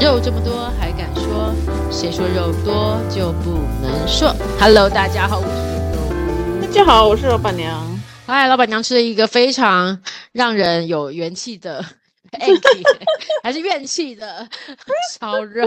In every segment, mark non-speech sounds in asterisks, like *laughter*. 肉这么多还敢说？谁说肉多就不能说？Hello，大家好，我是肉。大家好，我是老板娘。哎，老板娘吃了一个非常让人有元气的 *laughs* angry，还是怨气的 *laughs* 烧肉。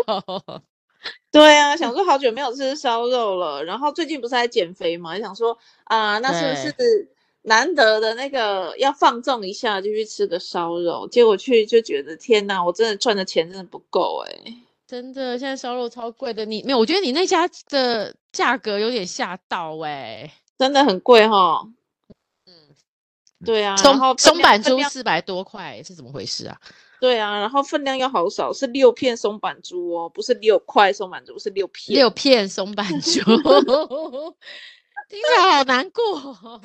对啊，想说好久没有吃烧肉了，然后最近不是还减肥嘛，想说啊、那是不是难得的那个要放纵一下，就去吃个烧肉？结果去就觉得天哪，我真的赚的钱真的不够哎、真的，现在烧肉超贵的。你没有？我觉得你那家的价格有点吓到哎、真的很贵哈。嗯对啊，然后松松分量板分猪量四百多块是怎么回事啊？对啊，然后分量又好少，是六片松板猪哦，不是六块松板猪，是六片。六片松板猪， *laughs* 听起来好难过。哦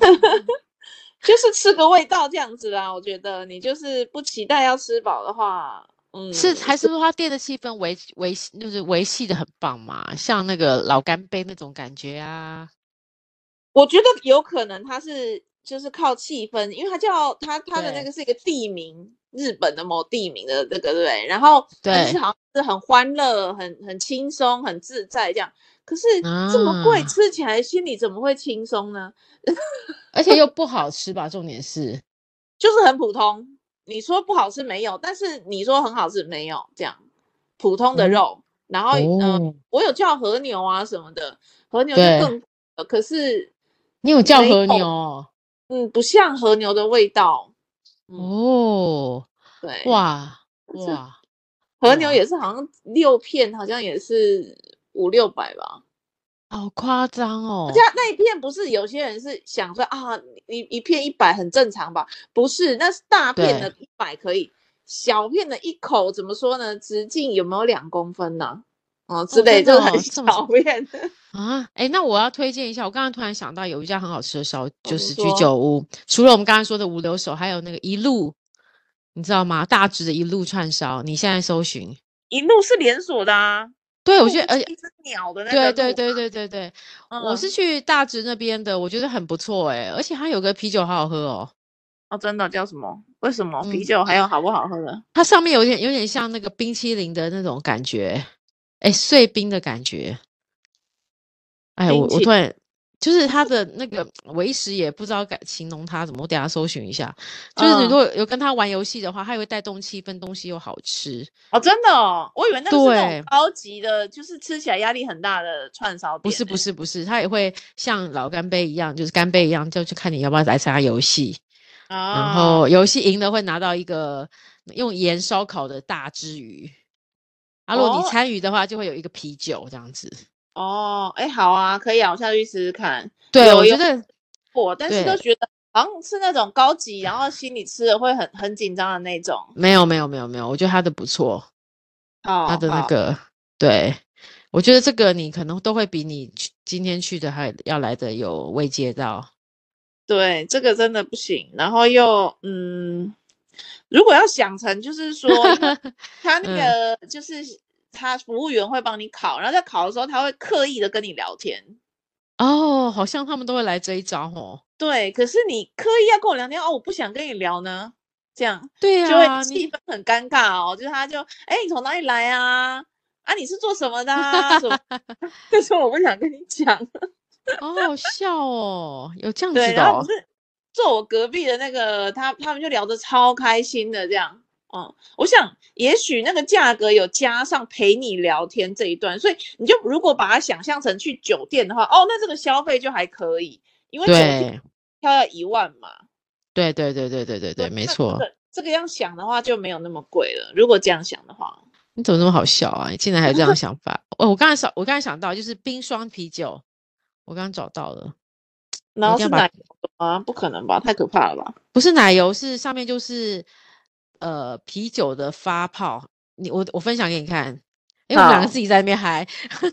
就是吃个味道这样子啦。我觉得你就是不期待要吃饱的话，嗯，是还是说他店的气氛维维就是维系的很棒嘛？像那个老干杯那种感觉啊。我觉得有可能它是就是靠气氛，因为它叫它它的那对个是一个地名，日本的某地名的那个对不对？然后它就是对好像是很欢乐、很很轻松、很自在这样。可是这么贵，啊吃起来心里怎么会轻松呢？而且又不好吃吧？重点是，就是很普通。你说不好吃没有，但是你说很好吃没有，这样普通的嗯肉，然后嗯、呃哦我有叫和牛啊什么的，和牛就对更，呃可是你有叫没和空牛哦嗯不像和牛的味道，嗯哦，对，哇是哇，和牛哇也是好像六片，好像也是五六百吧。好夸张哦而且！它那一片不是有些人是想说啊，一一片一百很正常吧？不是，那是大片的一百可以，小片的一口怎么说呢？直径有没有两公分呢、哦，之哦类，真的哦就是很这么小片的。 *laughs* 啊，哎，那我要推荐一下，我刚刚突然想到有一家很好吃的烧，就你是居说酒屋，除了我们刚刚说的五留手，还有那个一路，你知道吗？大直的一路串烧，你现在搜寻，一路是连锁的啊，对我路觉得，不而是且一只鸟的那对个对路对嘛，对对对，我嗯是去大直那边的，我觉得很不错哎，而且它有个啤酒好好喝哦，哦，真的叫什么？为什么嗯啤酒还有好不好喝的？它上面有点有点像那个冰淇淋的那种感觉，哎，碎冰的感觉。哎，冰我我淇突然就是它的那个我一时也不知道该形容它怎么，我等一下搜寻一下。就是你如嗯果有跟他玩游戏的话，它也会带动气氛，东西又好吃。哦，真的哦，我以为那个是那对种高级的，就是吃起来压力很大的串烧不店欸。是不是不是，它也会像老干杯一样，就是干杯一样，就就看你要不要来参加游戏。啊，然后游戏赢了会拿到一个用盐烧烤的大只鱼。啊，如果你哦参与的话，就会有一个啤酒这样子。哦，哎，好啊，可以啊，我下去试试看。对，有我觉有得我但是都觉得好像是那种高级，然后心里吃了会很很紧张的那种。没有没有没有没有，我觉得他的不错，哦，他的那好，个对，我觉得这个你可能都会比你去今天去的还要来的有慰藉到。对，这个真的不行。然后又嗯，如果要想成就是 *laughs* 说，因为他嗯那个就是他服务员会帮你烤，然后在烤的时候他会刻意的跟你聊天。哦，好像他们都会来这一招哦。对，可是你刻意要跟我聊天哦，我不想跟你聊呢，这样。对就会啊，气你氛很尴尬哦。就是他就，哎、你从哪里来啊？啊，你是做什么的、啊？ *laughs* 什么 *laughs* 但是我不想跟你讲。好好笑哦，有这样对，子的然哦后不。是坐我隔壁的那个，他他们就聊得超开心的这样。嗯，我想也许那个价格有加上陪你聊天这一段，所以你就如果把它想象成去酒店的话，哦，那这个消费就还可以，因为酒店对票要一万嘛。对对对对对对对，没那错这。个这个样想的话就没有那么贵了。如果这样想的话，你怎么那么好笑啊？你竟然还有这样的想法？哦，我刚才想，我刚才想到就是冰霜啤酒，我刚刚找到了，然一后定是要把奶油啊？不可能吧？太可怕了吧？不是奶油，是上面就是呃啤酒的发泡。你我我分享给你看，因为我们两个好自己在那边嗨， *laughs*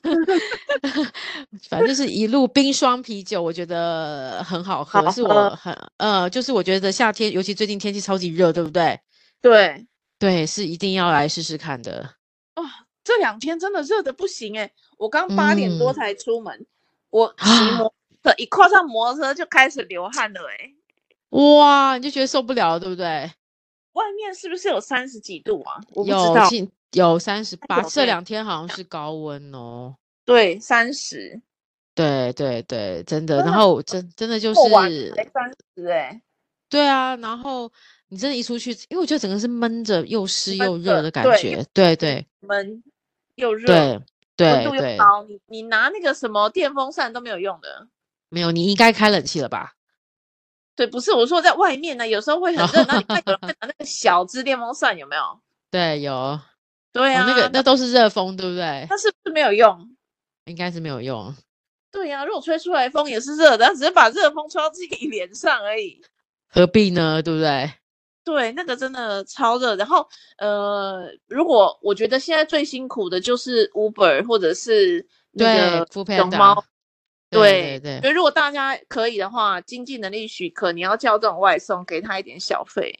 反正就是一路冰霜啤酒，我觉得很好喝，好是我很呃，就是我觉得夏天，尤其最近天气超级热，对不对？对，对，是一定要来试试看的。这两天真的热的不行哎、我刚八点多嗯啊才出门，我骑摩托车一跨上摩托车就开始流汗了哎、哇，你就觉得受不了了，对不对？外面是不是有三十几度啊？我不知有道，近有三十八，有这对两天好像是高温哦。对，三十，对对对，真的。真然的后真真的就过完是才三十哎，对啊，然后你真的一出去，因为我觉得整个是闷着又湿闷又着热的感对又觉。对对闷又热，对温对度又对，高，你你拿那个什么电风扇都没有用的。没有，你应该开冷气了吧？对，不是我说在外面呢，有时候会很 *laughs* 热，然后你看有人会拿那个小支电风扇，有没有？对，有哦，对啊，那个那都是热风，对不对？它是不是没有用？应该是没有用。对呀、如果吹出来风也是热的，它只是把热风吹到自己脸上而已。何必呢？对不对？对，那个真的超热。然后，呃，如果我觉得现在最辛苦的就是 Uber 或者是那对个，富熊猫，对对所以如果大家可以的话，经济能力许可，你要叫这种外送，给他一点小费。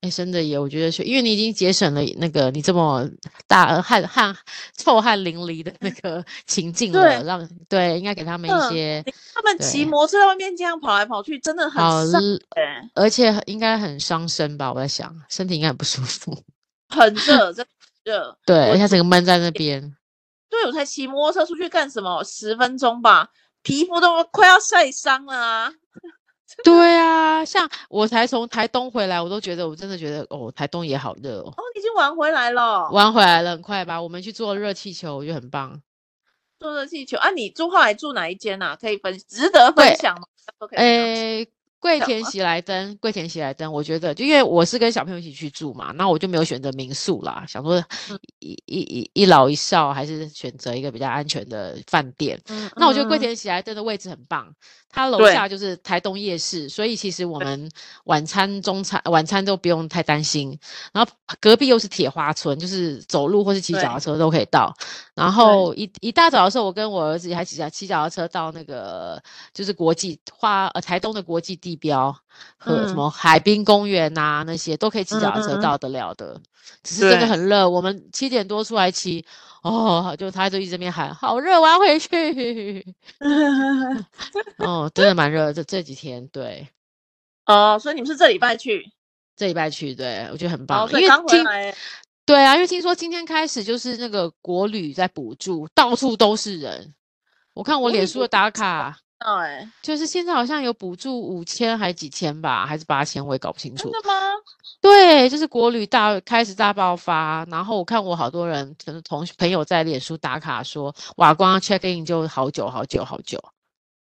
哎，真的耶！我觉得是，因为你已经节省了那个你这么大呃汗汗 *laughs* 臭汗淋漓的那个情境对了，让对应该给他们一嗯些他们骑对摩托车在外面这样跑来跑去，真的很欸好伤热，人，而且很应该很伤身吧？我在想，身体应该很不舒 *laughs* 服。很热，真的很热。对，我而且他整个闷在那 *laughs* 边，对，我才骑摩托车出去干什么？十分钟吧，皮肤都快要晒伤了啊！对啊，像我才从台东回来，我都觉得我真的觉得哦，台东也好热哦。哦，你已经玩回来了，玩回来了，很快吧？我们去坐热气球，我觉得很棒。坐热气球啊！你住后来住哪一间啊？可以分，值得分对享吗？都可以分享诶，桂什田么喜来登，桂田喜来登，我觉得就因为我是跟小朋友一起去住嘛，那我就没有选择民宿啦，想说嗯一一一一老一少，还是选择一个比较安全的饭店。嗯那我觉得桂嗯田喜来登的位置很棒，它楼对下就是台东夜市，所以其实我对们晚餐、中餐、晚餐都不用太担心。然后隔壁又是铁花村，就是走路或是骑脚对踏车都可以到。然后一一大早的时候，我跟我儿子还骑脚骑脚踏车到那个就是国际花呃台东的国际地标和什嗯么海滨公园呐、那些都可以骑脚踏车嗯嗯嗯到得了的。只是真的对很热，我们七点多出来骑，哦，就他就一直在那边喊好热，我要回去。嗯哦，真的蛮热的，这这几天对， *laughs* 哦，所以你们是这礼拜去，这礼拜去，对我觉得很哦，棒，所因以为刚回今来，对啊，因为听说今天开始就是那个国旅在补助，到处都是人。我看我国脸旅书补的助打是什么卡，哦哎，就是现在好像有补助五千还几千吧，还是八千，我也搞不清真楚。的吗？对，就是国旅大开始大爆发，然后我看我好多人，可能同朋友在脸书打卡说，哇，光要 check in 就好久好久好久。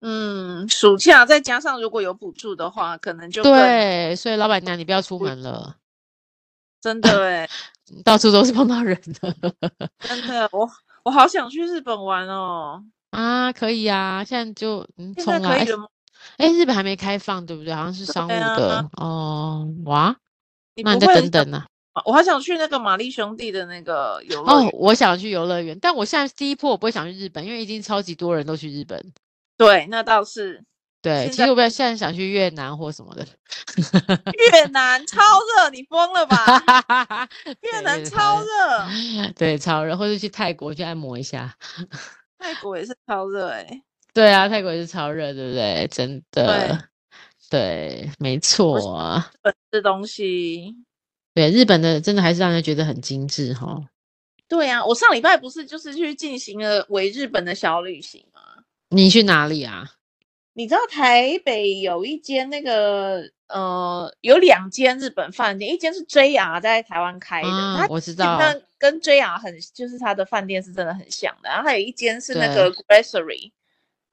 嗯，暑假再加上如果有补助的话，可能就更对，所以老板娘你不要出门了，真的哎、到处都是碰到人的 *laughs* 真的，我我好想去日本玩 *laughs* 哦，啊，可以啊，现在就嗯现在冲啊，可哎以了吗？哎，日本还没开放对不对？好像是商务对啊的哦，哇，你那不你再会等啊哦等很想呢、吗， *laughs* 我好想去那个玛丽兄弟的那个游乐哦园，，我想去游乐园，但我现在第一波我不会想去日本，因为已经超级多人都去日本。对，那倒是对，现其在实我本来现在想去越南或什么的。越南超热，你疯了吧？哈哈哈，*laughs* 越对南越南超超热，对，超热，或者去泰国去按摩一下。 *laughs* 泰国也是超热哎、对啊，泰国也是超热，对不对？真的，对，没错啊。本吃东西。对，日本的真的还是让人觉得很精致哈、哦。对呀、我上礼拜不是就是去进行了为日本的小旅行吗？你去哪里啊？你知道台北有一间那个呃，有两间日本饭店，一间是 JR 在台湾开的，啊它，我知道，那跟 JR 很，就是它的饭店是真的很像的。然后还有一间是那对个 Grocery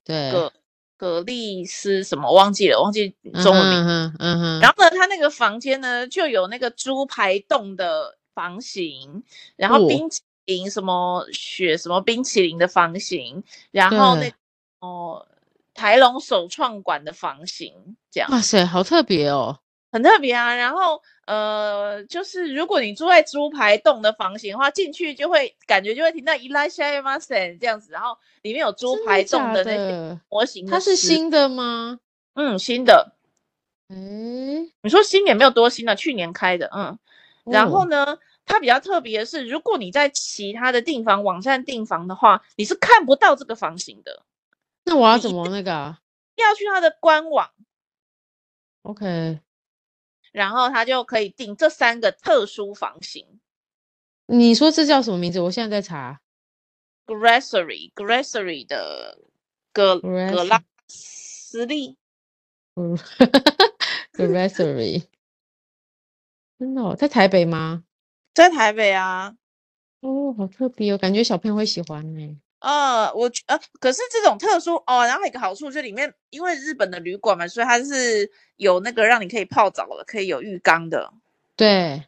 对，葛葛丽丝什么忘记了，忘记嗯中文名。哼嗯哼，然后呢，它那个房间呢就有那个猪排冻的房型，然后哦冰淇淋什么雪什么冰淇淋的房型，然后那对个哦、台龙首创馆的房型，这样哇塞，好特别哦。很特别啊。然后呃，就是如果你住在猪排冻的房型的话，进去就会感觉就会听到伊拉夏马森这样子，然后里面有猪真排的冻假那些的？模型的它是食新的吗？嗯新的，诶，你说新也没有多新了，去年开的，嗯。然后哦呢，它比较特别的是，如果你在其他的订房网站订房的话，你是看不到这个房型的，那我要你怎一么那个啊要去它的官网。 ？OK，然后他就可以订这三个特殊房型你说这叫什么名字？我现在在查。 ，Grassery Grassery 的格格 Grass- 拉斯利，嗯 Grocery，真的、哦、在台北吗？在台北啊。哦，好特别哦，感觉小朋友会喜欢呢。呃，我觉呃，可是这种特殊哦，然后还有一个好处，就里面因为日本的旅馆嘛，所以它是有那个让你可以泡澡的，可以有浴缸的，对，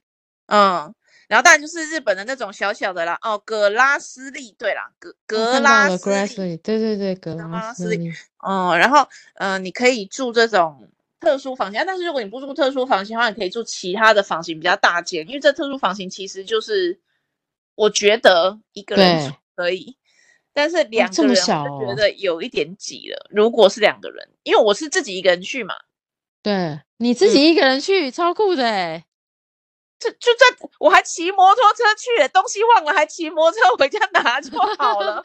嗯，然后当然就是日本的那种小小的啦，哦，格拉斯利，对啦，格我格哦看到拉了斯 Grocery，利，对对对，格格拉拉斯斯利。嗯，然后呃，你可以住这种特殊房型，但是如果你不住特殊房型的话，你可以住其他的房型比较大间，因为这特殊房型其实就是我觉得一个人对住可以，但是两这个么人我就小哦觉得有一点挤了。如果是两个人，因为我是自己一个人去嘛，对，你自嗯己一个人去，超酷的哎！这就在我还骑摩托车去了，东西忘了还骑摩托车回家拿就好了。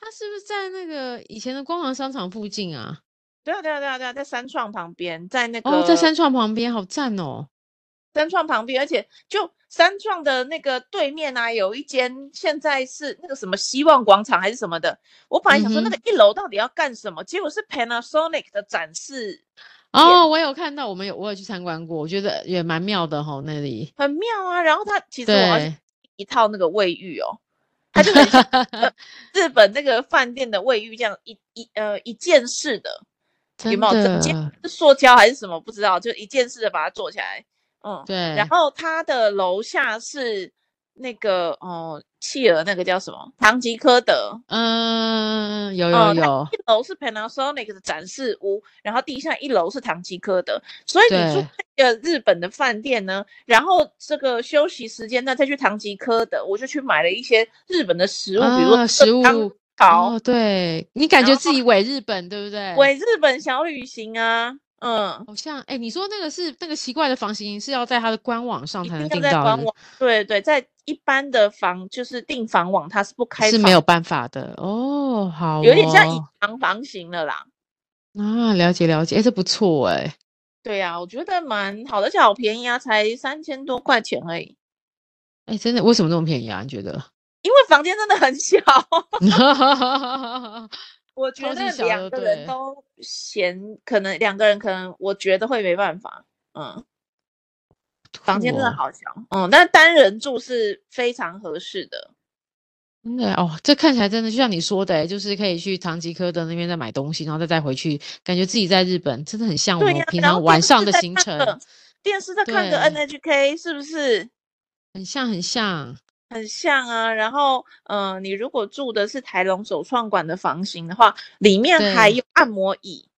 他是不是在那个以前的光华商场附近啊？对啊，对啊，对啊，对啊，在三创旁边，在那个哦，在三创旁边，好赞哦！三创旁边，而且就三创的那个对面啊，有一间现在是那个什么希望广场还是什么的。我本来想说那嗯个一楼到底要干什么，结果是 Panasonic 的展示，哦，我有看到，我们有我有去参观过，我觉得也蛮妙的哈、那里。很妙啊。然后它其实我要对，一套那个卫浴哦，*laughs* 它就很像日本那个饭店的卫浴这样一一呃一件式的，有 *laughs* 真没有这件的，是塑胶还是什么不知道，就一件式的把它做起来，嗯。对然，后它的楼下是那个哦，企鹅那个叫什么？唐吉诃德。嗯、有哦有有，一楼是 Panasonic 的展示屋，然后地下一楼是唐吉诃德。所以你住那个日本的饭店呢，然后这个休息时间呢再去唐吉诃德，我就去买了一些日本的食物，比如啊说食汤物好、哦，对你感觉然自己伪日本，对不对？为日本小旅行啊，嗯，好像哎，你说那个是那个奇怪的房型是要在它的官网上一才定能要订在到官的，网，对对，在一般的房就是订房网它是不开是放没有办法的哦。好有点像隐哦藏房型了啦。啊，了解了解，哎，这不错哎，对呀、我觉得蛮好的，而且好便宜啊，才三千多块钱而已。哎，真的为什么那么便宜啊？你觉得？ *laughs* 因为房间真的很小，我觉超级得小两的个对人都嫌，可能两个人可能我觉得会没办法。嗯，房间真的酷哦，好小，嗯，但单人住是非常合适的。真的哦，这看起来真的就像你说的哎，就是可以去唐吉诃德那边再买东西，然后再带回去，感觉自己在日本，真的很像我对们呀、哦平然后常晚电上视的在行看程个，电视在看个对 NHK 是不是很像很像。很像啊？然后，嗯、你如果住的是台龙首创馆的房型的话，里面还对有按摩椅。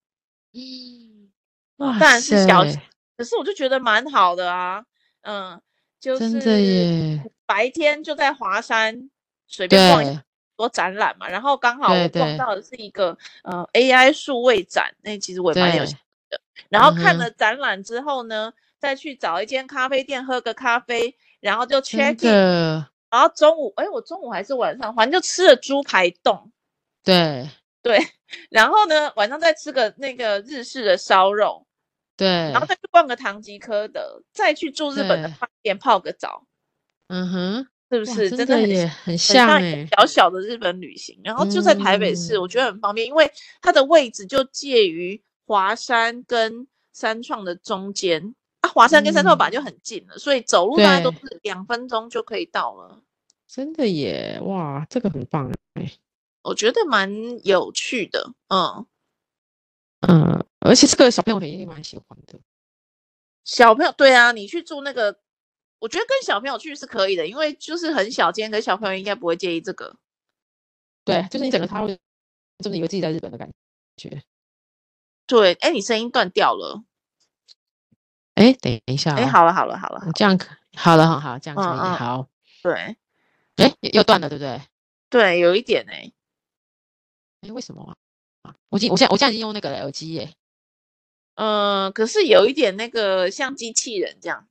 嗯嗯哇当然是小塞，可是我就觉得蛮好的啊，嗯，就真的是耶，白天就在华山随便逛一下对很多展览嘛，然后刚好对我对逛到的是一个呃 AI 数位展，那其实我也蛮有对兴趣的。然后嗯哼看了展览之后呢，再去找一间咖啡店喝个咖啡，然后就真 check in，的，然后中午，哎，我中午还是晚上，反正就吃了猪排冻，对对， *laughs* 然后呢晚上再吃个那个日式的烧肉。对然，后再去逛个唐吉诃德，再去住日本的嗯对饭店泡个澡，嗯哼，是不哇，是真真的很耶，很像像很嗯像一个哎，小小的日本旅行？然后就在台北市，我觉得很方便，因为它的位置就介于华山跟三创的中间啊，华山跟三创本来就很近了，所以走路大概都嗯对是两分钟就可以到了。真的耶，哇，这个很棒哎，我觉得蛮有趣的，嗯，嗯，而且这个小朋友肯定蛮喜欢的，小朋友对啊，你去住那个，我觉得跟小朋友去是可以的，因为就是很小间，可是小朋友应该不会介意这个。对，就是你整个他会真的以为自己在日本的感觉。对，哎，你声音断掉了。哎，等一下哎，哦，好了，好了，好了，我这样可好了，好好，这样可嗯以，嗯好，对哎，又又断了，对不对？对，有一点哎、哎，为什么啊？啊我已经，我现在我现在已经用那个了耳机耶，呃，可是有一点那个像机器人这样。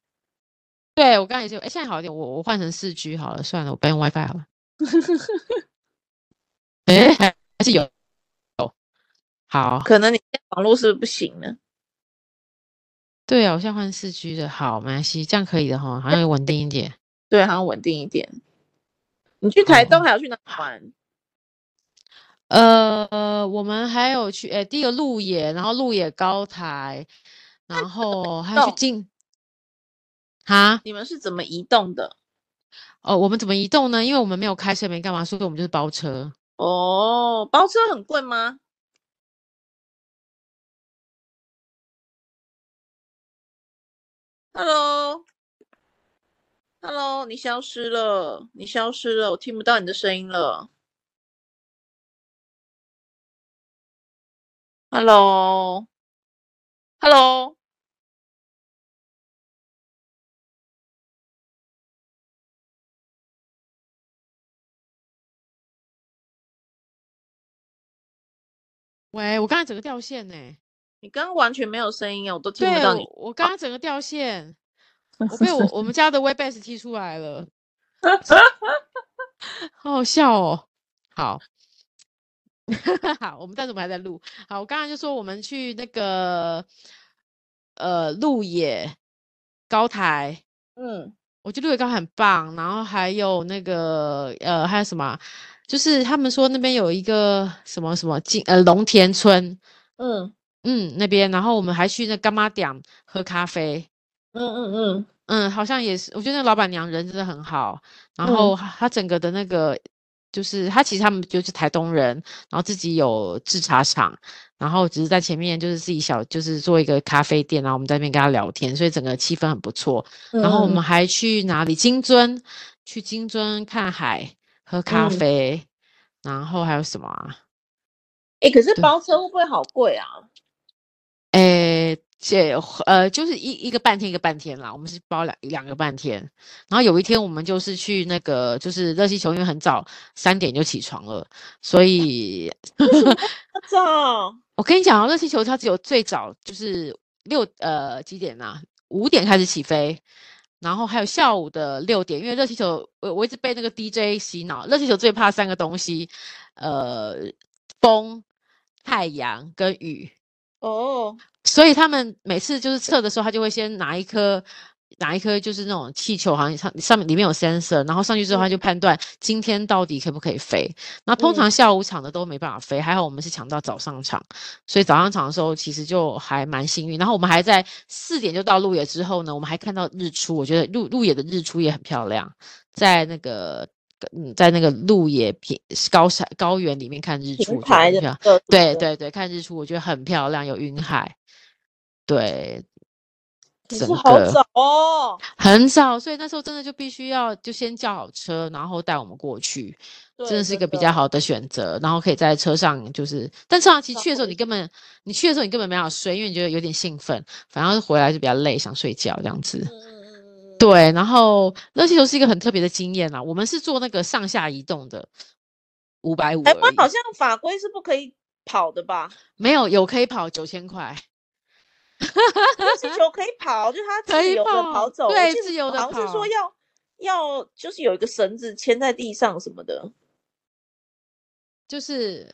对我刚才也是有，哎，现在好一点，我我换成四 G 好了，算了，我不要用 WiFi *laughs* 好了。哎，还还是有有好，可能你现在网络是不是不行呢？对啊，我现在换四 G 的，好，没关系，这样可以的哈，好像也稳定一点。对，好像稳定一点。你去台东还要去哪里玩？呃，我们还有去，诶，第一个鹿野，然后鹿野高台，然后还 *laughs* 有去动进，哈，你们是怎么移动的？哦，我们怎么移动呢？因为我们没有开车，没干嘛，所以我们就是包车。哦，包车很贵吗？Hello，Hello，你消失了，你消失了，我听不到你的声音了。Hello，Hello，喂，我刚才整个掉线呢、你刚刚完全没有声音啊，我都听不对，到你我。我刚刚整个掉线，我被我 *laughs* 我们家的 Webex 踢出来了，好好笑哦。好， *laughs* 好，我们但是我们还在录。好，我刚才就说我们去那个呃鹿野高台，嗯，我觉得鹿野高台很棒，然后还有那个呃还有什么啊，就是他们说那边有一个什么什么金呃龙田村，嗯嗯那边，然后我们还去那干妈店喝咖啡。嗯嗯嗯，嗯，好像也是，我觉得那老板娘人真的很好，然嗯后她她整个的那个，就是她其实他们就是台东人，然后自己有制茶厂，然后只是在前面就是自己小就是做一个咖啡店，然后我们在那边跟她聊天，所以整个气氛很不错。然后我嗯们还去哪里？金樽，去金樽看海，喝咖嗯啡，然后还有什么啊？哎、可是对包车会不会好贵啊？诶，这呃，就是一一个半天一个半天啦，我们是包两两个半天，然后有一天我们就是去那个就是热气球，因为很早三点就起床了，所以 *laughs* 我操，我跟你讲啊，热气球它只有最早就是六呃几点呐、五点开始起飞，然后还有下午的六点，因为热气球我我一直被那个 DJ 洗脑，热气球最怕三个东西，呃，风、太阳跟雨。哦，所以他们每次就是测的时候，他就会先拿一颗。拿一颗就是那种气球，好像上上面里面有 sensor，然后上去之嗯后他就判断今天到底可不可以飞。那通常下午场的都没办法飞，还好我们是抢到早上场，所以早上场的时候其实就还蛮幸运。然后我们还在四点就到鹿野之后呢，我们还看到日出，我觉得鹿鹿野的日出也很漂亮，在那个嗯在那个鹿野平高山高原里面看日出，平我觉得台很漂的亮那个，对对对，看日出我觉得很漂亮，有云海。对，可整是好个早哦。很早，所以那时候真的就必须要就先叫好车，然后带我们过去，对真的是一个比较。好的选择。然后可以在车上就是，但车上其实找去的时候回你根本你去的时候你根本没法睡，因为你觉得有点兴奋，反而回来就比较累，想睡觉这样子。嗯嗯嗯嗯嗯，对，然后热气球是一个很特别的经验啦。啊我们是做那个上下移动的，五百五台而湾已，哎好像法规是不可以跑的吧？没有有可以跑九千块。热气 *laughs* 球可以跑，就是它可自以由的跑跑走。我对记得自由地好像是跑说要要就是有一个绳子牵在地上什么的。就是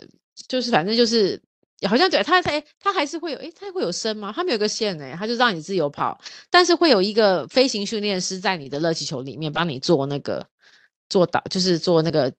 就是反正就是好像对它它诶它还是会有诶，它会有声吗？它没有个线诶，它就让你自由跑，但是会有一个飞行训练师在你的热气球里面帮你做那个做导，就是做那个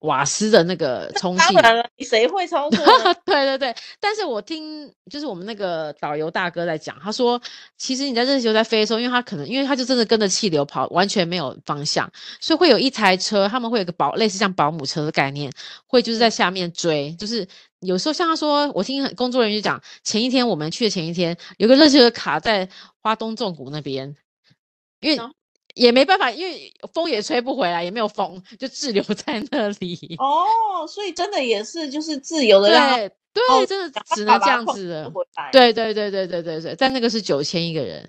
瓦斯的那个充当气。然了，你谁会操作 *laughs* 呢？对对对，但是我听就是我们那个导游大哥在讲，他说其实你在热气球在飞的时候，因为他可能因为他就真的跟着气流跑，完全没有方向，所以会有一台车，他们会有个保类似像保姆车的概念，会就是在嗯下面追，就是有时候像他说，我听很工作人员就讲，前一天我们去的前一天，有个热气球卡在花东纵谷那边，因然为。也没办法，因为风也吹不回来，也没有风，就滞留在那里。哦，所以真的也是就是自由的让它对对，哦真的想办只能法把这它样控子制了。回来。对对对对对对对，但那个是九千一个人，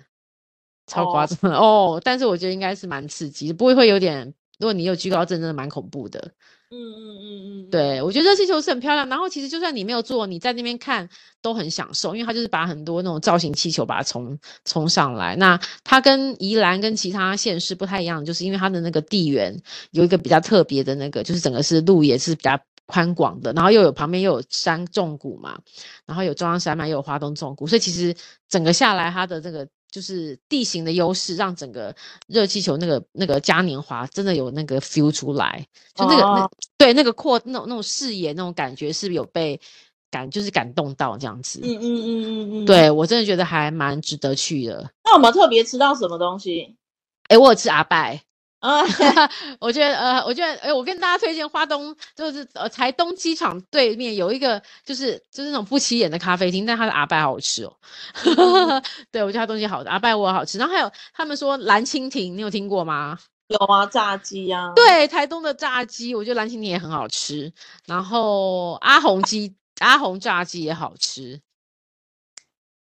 超夸哦张的哦但是我觉得应该是蛮刺激的，不过会有点，如果你有惧高症，真的蛮恐怖的。嗯嗯嗯嗯，嗯，对，我觉得热气球是很漂亮。然后其实就算你没有做，你在那边看都很享受，因为它就是把很多那种造型气球把它冲冲上来。那它跟宜兰跟其他县市不太一样，就是因为它的那个地缘有一个比较特别的那个，就是整个是路也是比较宽广的，然后又有旁边又有山纵谷嘛，然后有中央山脉，又有花东纵谷，所以其实整个下来它的这个就是地形的优势，让整个热气球那个那个嘉年华真的有那个 feel 出来，就那个、那哦对那个扩那种那种视野那种感觉是有被感就是感动到这样子。嗯嗯嗯嗯嗯，。对我真的觉得还蛮值得去的。那我们特别吃到什么东西？诶，我有吃阿拜， *laughs* 啊，我觉得呃，我觉得诶，我跟大家推荐花东，就是呃台东机场对面有一个就是就是那种不起眼的咖啡厅，但它的阿拜好好吃哦。嗯 *laughs* 对，我觉得它东西好的，阿拜我好吃。然后还有他们说蓝蜻蜓，你有听过吗？ *laughs* 有啊，炸鸡啊，对，台东的炸鸡，我觉得蓝蜻蜓也很好吃。然后阿红鸡。阿红炸鸡也好吃，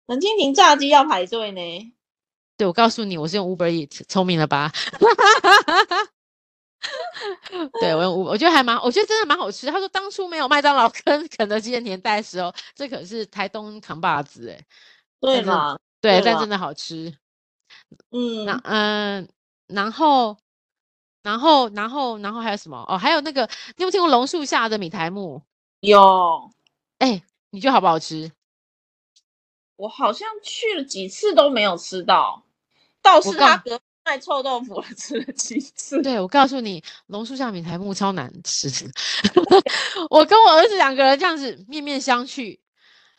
冷蜻蜓炸鸡要排队呢。对我告诉你，我是用 Uber Eat，聪明了吧？ *laughs* 对我用 Uber，我觉得还蛮，我觉得真的蛮好吃。他说当初没有麦当劳跟 *laughs* 肯德基的年代的时候，这可是台东扛把子哎，对但是啦，对，对但啦真的好吃。嗯，那嗯、然后，然后，然后，然后还有什么？哦，还有那个，你有没有听过榕树下的米苔木？有，哎，你觉得好不好吃？我好像去了几次都没有吃到，倒是他告隔壁卖臭豆腐，我吃了几次。对，我告诉你，榕树下米苔木超难吃。 *laughs* 我跟我儿子两个人这样子面面相觑，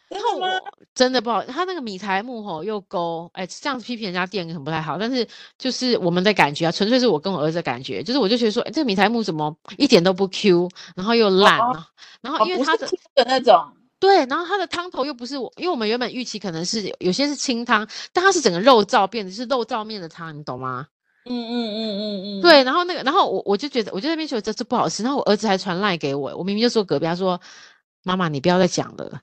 真但的是吗？我真的不好，他那个米苔木吼又勾，哎，这样子批评人家店可能不太好，但是就是我们的感觉啊，纯粹是我跟我儿子的感觉，就是我就觉得说，哎，这个米苔木怎么一点都不 Q，然后又烂哦啊，然后哦，因为不它是的、吃的那种，对，然后它的汤头又不是我，因为我们原本预期可能是有些是清汤，但它是整个肉燥变的，是肉燥面的汤，你懂吗？嗯嗯嗯嗯嗯，，对，然后那个，然后我我就觉得，我就在那边觉得这这不好吃，然后我儿子还传赖给我，我明明就坐隔壁，他说妈妈你不要再讲了，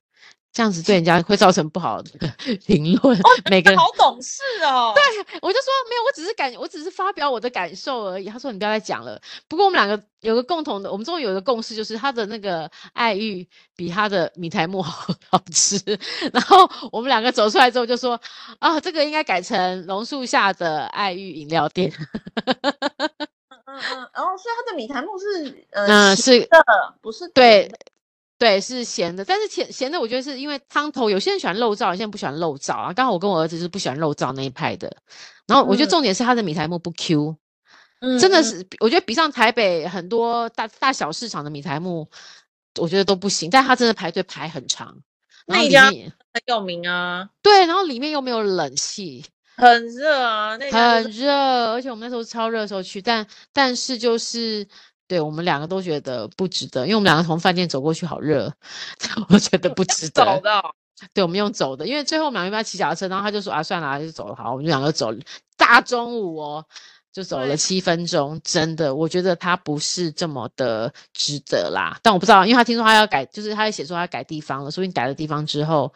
这样子对人家会造成不好的 *laughs* 评论。每个人，哦好懂事哦。对，我就说没有，我只是感，我只是发表我的感受而已。他说你不要再讲了。不过我们两个有个共同的，我们终于有一个共识，就是他的那个爱玉比他的米苔木 *laughs* 好好吃。然后我们两个走出来之后就说啊，这个应该改成榕树下的爱玉饮料店。嗯嗯，然后所以它的米苔木是呃嗯，咸是的，不是对甜的，对，是咸的，但是咸咸的，我觉得是因为汤头，有些人喜欢肉燥，有些人不喜欢肉燥啊。刚好我跟我儿子就是不喜欢肉燥那一派的。然后我觉得嗯重点是他的米苔木不 Q，、嗯真的嗯是比我觉得比上台北很多大大小市场的米苔木，我觉得都不行。但他真的排队排很长，然那后一里家面也很有名啊，对，然后里面又没有冷气，很热啊，那家就很是热，而且我们那时候超热的时候去，但但是就是对我们两个都觉得不值得，因为我们两个从饭店走过去好热， *laughs* 我觉得不值得。走的哦，对，我们用走的，因为最后我们两个要骑脚踏车，然后他就说啊，算了啊，就走了，好，我们就两个走了，大中午哦，就走了对七分钟，真的，我觉得他不是这么的值得啦。但我不知道，因为他听说他要改，就是他也写说他要改地方了，说不定改了地方之后，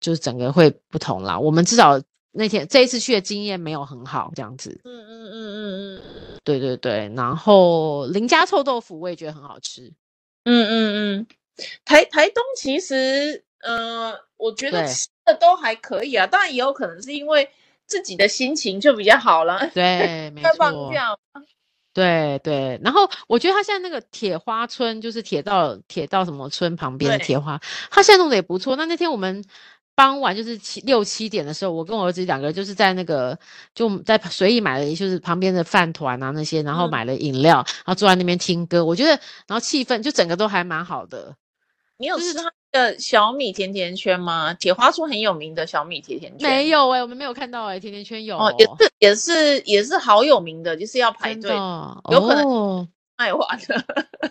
就是整个会不同啦。我们至少那天这一次去的经验没有很好，这样子，嗯嗯嗯嗯嗯对对对。然后林家臭豆腐我也觉得很好吃，嗯嗯嗯，台台东其实，呃，我觉得对吃的都还可以啊，当然也有可能是因为自己的心情就比较好了， *laughs* 对，没在放错。假，对对，然后我觉得他现在那个铁花村，就是铁道铁道什么村旁边的对铁花，他现在弄得也不错。那那天我们傍晚就是七六七点的时候，我跟我儿子两个人就是在那个就我们在随意买了，就是旁边的饭团啊那些，然后嗯买了饮料，然后坐在那边听歌。我觉得，然后气氛就整个都还蛮好的。你有就是吃它的小米甜甜圈吗？铁花村很有名的小米甜甜圈，没有哎、我们没有看到哎、甜甜圈有哦，也是也是也是好有名的，就是要排真队的哦有可能哦卖完了。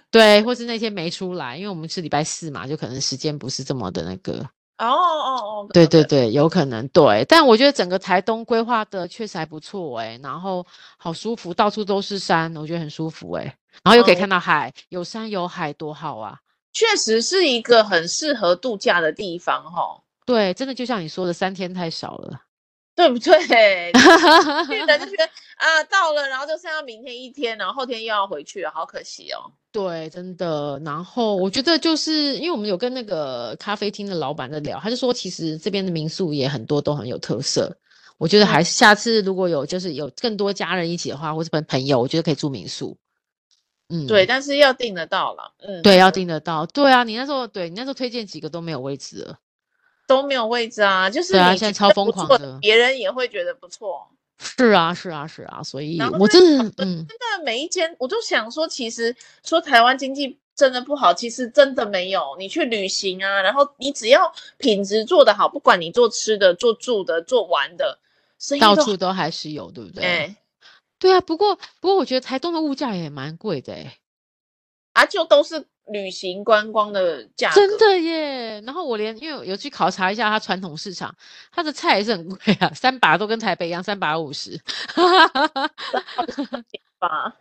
对，或是那天没出来，因为我们是礼拜四嘛，就可能时间不是这么的那个。 *laughs* 哦哦哦，对对对，有可能对，但我觉得整个台东规划的确实还不错哎、然后好舒服，到处都是山，我觉得很舒服哎、然后又可以哦看到海，有山有海，多好啊！确实是一个很适合度假的地方哈，对，真的就像你说的，三天太少 *laughs* 了。对不对？去的就觉得啊，到了，然后就剩下明天一天，然后后天又要回去了，好可惜哦。对，真的。然后我觉得就是因为我们有跟那个咖啡厅的老板在聊，他就说其实这边的民宿也很多都很有特色。我觉得嗯还是下次如果有就是有更多家人一起的话，或是朋朋友，我觉得可以住民宿。嗯，对，但是要订得到了，嗯，对，要订得到。对啊，你那时候对你那时候推荐几个都没有位置了。都没有位置啊，就是对啊你现在觉超得疯不狂错的别人也会觉得不错。是啊，是啊，是啊，所以然后我再真的找是个嗯，真的每一间，我就想说，其实说台湾经济真的不好，其实真的没有。你去旅行啊，然后你只要品质做得好，不管你做吃的、做住的、做玩的，生意到都处都还是有，对不对？哎、对啊，不过不过我觉得台东的物价也蛮贵的、欸，啊，就都是旅行观光的价格，真的耶。然后我连因为我有去考察一下它传统市场，它的菜也是很贵啊，三把都跟台北一样，三把五十，吧？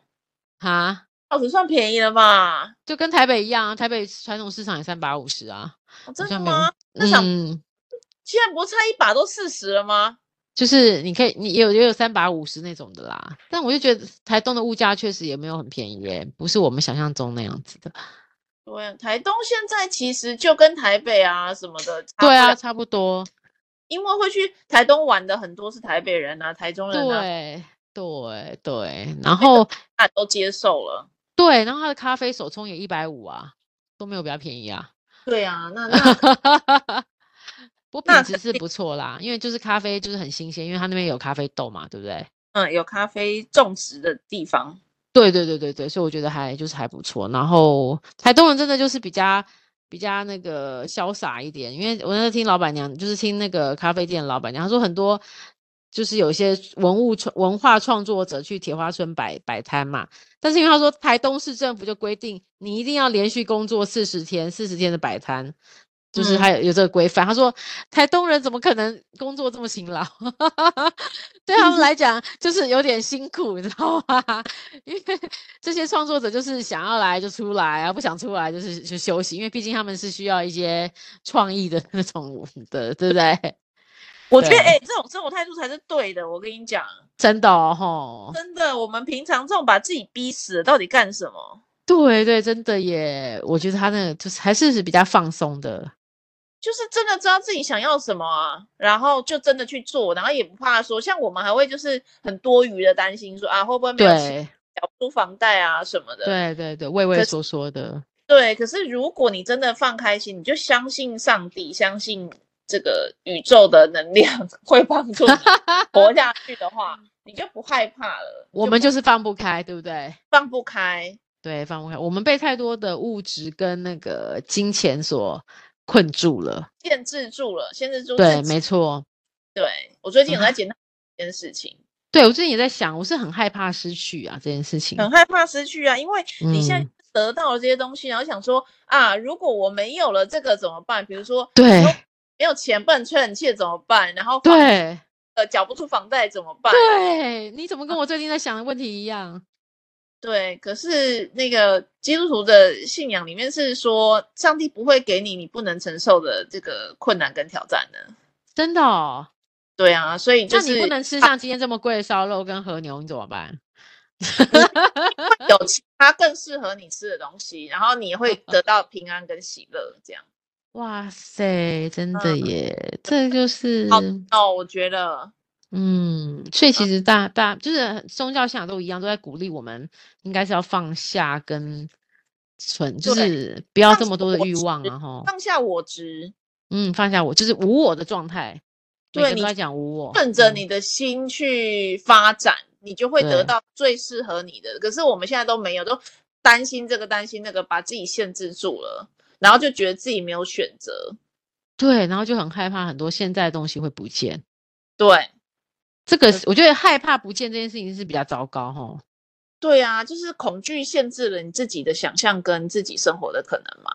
哈，二十算便宜了吧？就跟台北一样啊，台北传统市场也三把五十啊，哦好真的像没吗？有，那想嗯，现在不是差一把都四十了吗？就是你可以，你也有也有三把五十那种的啦。但我就觉得台东的物价确实也没有很便宜耶，不是我们想象中那样子的。对，啊台东现在其实就跟台北啊什么的，对啊，，差不多。因为会去台东玩的很多是台北人啊、台中人啊，对对对，然后大家都接受了。对，然后它的咖啡手冲也一百五啊，都没有比较便宜啊。对啊， *laughs* 那那 *laughs* 不过那品质肯是不错啦，因为就是咖啡就是很新鲜，因为它那边有咖啡豆嘛，对不对？嗯，有咖啡种植的地方，对对对对对，所以我觉得还就是还不错。然后台东人真的就是比较比较那个潇洒一点，因为我那时候听老板娘，就是听那个咖啡店老板娘，她说很多就是有一些文物创文化创作者去铁花村摆摆摊嘛，但是因为她说台东市政府就规定你一定要连续工作四十天，四十天的摆摊。就是嗯还有有这个规范，她说台东人怎么可能工作这么勤劳？ *laughs* 对他们来讲就是有点辛苦，你知道吗？ *laughs* 因为这些创作者就是想要来就出来啊，不想出来就是就休息，因为毕竟他们是需要一些创意的那种的，对不对？ *laughs* 我觉得对哎、这种生活态度才是对的。我跟你讲，真的哦，吼，真的，我们平常这种把自己逼死了，到底干什么？对对，真的耶，我觉得他那个就是还是比较放松的，就是真的知道自己想要什么啊，然后就真的去做，然后也不怕说，像我们还会就是很多余的担心说啊，会不会没有钱对缴不出房贷啊什么的。对对对，畏畏可缩缩的，对，可是如果你真的放开心，你就相信上帝，相信这个宇宙的能量 *laughs* 会帮 *laughs* 助你活下去的话，你就不害怕了。嗯我们就不就是放不开，对不对？放不开。对，放不开，我们被太多的物质跟那个金钱所困住了，限制住了，限制住对，自没己。错。对，我最近有啊在检讨一件事情，对，我最近也在想，我是很害怕失去啊这件事情。很害怕失去啊，因为你现在嗯得到了这些东西，然后想说啊，如果我没有了这个怎么办？比如说对没有钱不能吹冷气怎么办？然后房对呃缴不出房贷怎么办？对，你怎么跟我最近在想的问题一样？对，可是那个基督徒的信仰里面是说，上帝不会给你你不能承受的这个困难跟挑战的。真的哦，对啊，所以就那是你不能吃像今天这么贵的烧肉跟和牛，你怎么办？有其他更适合你吃的东西，然后你嗯会得到平安跟喜乐。这样哇塞，真的嗯耶，这就是好哦，我觉得嗯，所以其实大大就是宗教信仰都一样，都在鼓励我们应该是要放下跟存，就对是不要放这下么多的我欲执望啊，吼，放下我执，嗯，放下我就是无我的状态，每对个人你都在讲无我，顺着嗯你的心去发展，你就会对得到最适合你的。可是我们现在都没有，都担心这个担心那个，把自己限制住了，然后就觉得自己没有选择。对，然后就很害怕很多现在的东西会不见。对这个对是我觉得害怕不见这件事情是比较糟糕哈。对啊，就是恐惧限制了你自己的想象跟自己生活的可能嘛。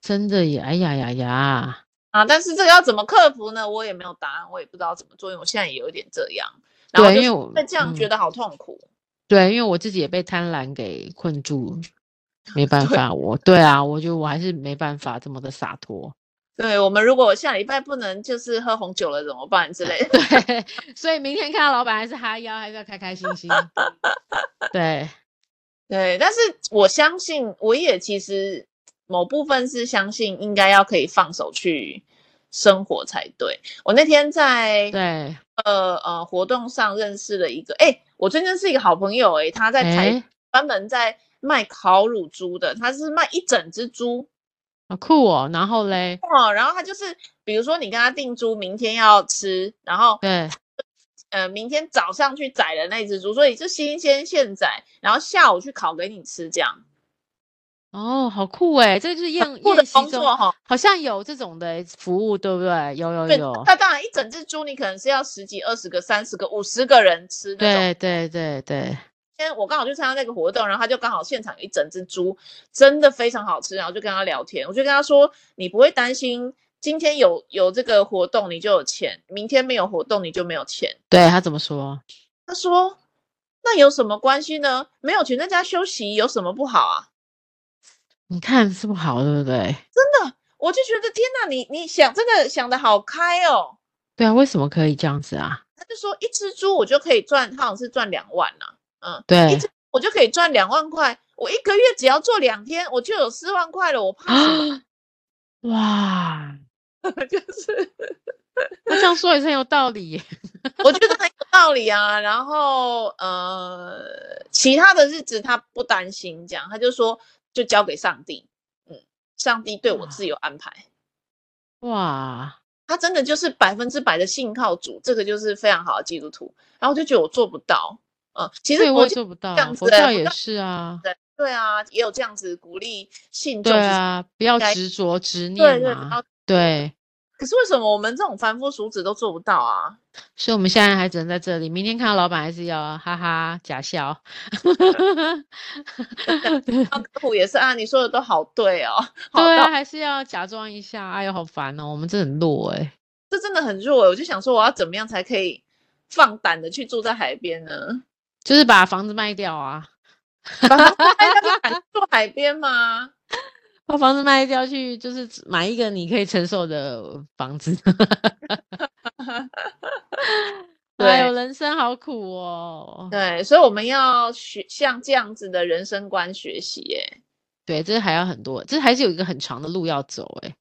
真的耶，哎呀呀呀，啊，但是这个要怎么克服呢？我也没有答案，我也不知道怎么做，因为我现在也有一点这样，然后对就因为是我会这样觉嗯得好痛苦。对，因为我自己也被贪婪给困住，没办法，我对啊，我觉得我还是没办法这么的洒脱。 *laughs* 对我们如果下礼拜不能就是喝红酒了怎么办之类的？ *laughs* 对，所以明天看到老板还是哈腰，还是要开开心心。对，对，但是我相信，我也其实某部分是相信应该要可以放手去生活才对。我那天在对，呃呃活动上认识了一个，哎，我最近是一个好朋友，哎， *laughs* 他在台哎，专门在卖烤乳猪的，他是卖一整只猪，好酷哦。然后嘞，哦，然后他就是，比如说你跟他定租明天要吃，然后对，呃明天早上去宰的那只猪，所以是新鲜现宰，然后下午去烤给你吃，这样哦，好酷哎，这就是宴酷的宴席工中作哈、好像有这种的服务，对不对？有有对，有，那当然一整只猪你可能是要十几、二十个、三十个、五十个人吃那种。对对对对，今天我刚好去参加那个活动，然后他就刚好现场有一整只猪，真的非常好吃，然后就跟他聊天，我就跟他说，你不会担心今天有有这个活动你就有钱，明天没有活动你就没有钱。对他怎么说？他说，那有什么关系呢？没有钱在家休息有什么不好啊？你看是不好，对不对？我就觉得天哪，你你想真的想的好开哦。对啊，为什么可以这样子啊？他就说一只猪我就可以赚，他好像是赚两万呐、对一只我就可以赚两万块，我一个月只要做两天，我就有四万块了，我怕什么？啊， *gasps* 哇， *laughs* 就是他这样说也是很有道理耶。我觉得很有道理啊。然后呃，其他的日子他不担心，这样他就说就交给上帝，嗯，上帝对我嗯自有安排。哇，他真的就是百分之百的信靠主，这个就是非常好的基督徒。然后我就觉得我做不到，嗯、其实对我我也做不到样，佛子欸教佛也教是啊，对啊，也有这样子鼓励信众对去，啊，不要该执着执对念对，然嘛后，对。可是为什么我们这种凡夫俗子都做不到啊？ *laughs* 所以我们现在还只能在这里，明天看到老板还是要哈哈假笑。那科普也是啊，你说的都好对哦， *laughs* 好对到、啊，还是要假装一下。哎呦，好烦哦，我们真的很弱哎、这真的很弱欸。我就想说，我要怎么样才可以放胆的去住在海边呢？就是把房子卖掉啊，大家不敢住海边吗？把房子卖掉去，就是买一个你可以承受的房子。 *laughs* 哎呦，对人生好苦哦。对，所以我们要学像这样子的人生观学习欸耶。对，这还要很多，这还是有一个很长的路要走哎、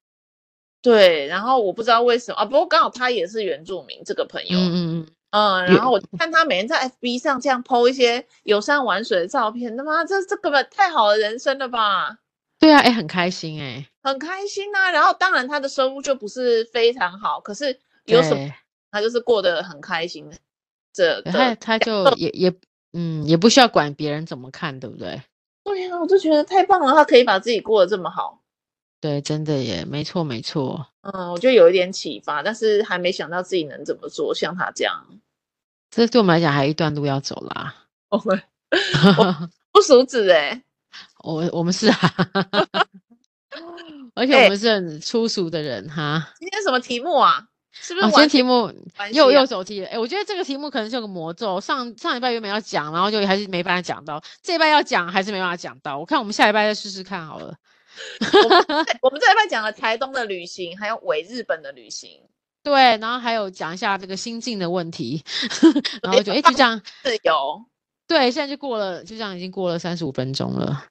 对，然后我不知道为什么啊，不过刚好他也是原住民这个朋友，嗯嗯嗯嗯，原然后我看他每天在 FB 上这样 PO 一些游山玩水的照片，他妈这这根本太好的人生了吧！对啊，哎、很开心哎、很开心啊。然后当然他的收入就不是非常好，可是有什么对他就是过得很开心的。这对他他个就也也嗯也不需要管别人怎么看，对不对？对啊，我就觉得太棒了，他可以把自己过得这么好。对，真的耶，没错没错。嗯，我就有一点启发，但是还没想到自己能怎么做，像他这样。这对我们来讲还有一段路要走啦。我们不熟子哎、 *laughs* 我我们是啊， *laughs* 而且哎我们是很粗俗的人哈。今天什么题目啊？是不是啊，今完天全题目关系啊、又又走题了，哎，我觉得这个题目可能是有个魔咒。上上礼拜原本要讲，然后就还是没办法讲到，这礼拜要讲还是没办法讲到。我看我们下礼拜再试试看好了。对我们这礼拜讲了台东的旅行，还有伪日本的旅行，对，然后还有讲一下这个心境的问题， *laughs* 然后就哎、诶就这样，自由。对，现在就过了，就这样已经过了三十五分钟了。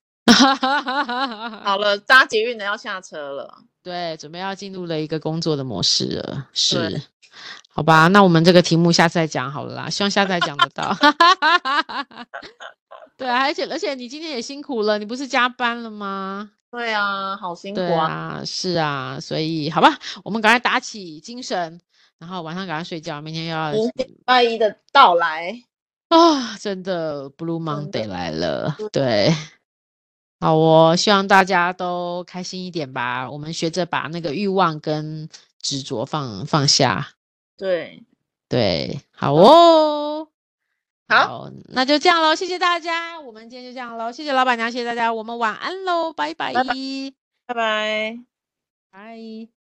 好了，搭捷运的要下车了。对，准备要进入了一个工作的模式了，对是，好吧？那我们这个题目下次再讲好了啦，希望下次再讲得到。 *laughs* 对啊，而且而且你今天也辛苦了，你不是加班了吗？对啊，好辛苦对啊。啊，是啊，所以好吧，我们赶快打起精神，然后晚上赶快睡觉，明天要明天礼拜一的到来，啊，真的 Blue 真的 Monday 来了，对，好哦，希望大家都开心一点吧。我们学着把那个欲望跟执着放放下，对，对，好哦，好，那就这样喽，谢谢大家，我们今天就这样喽，谢谢老板娘，谢谢大家，我们晚安喽，拜拜拜拜拜拜。拜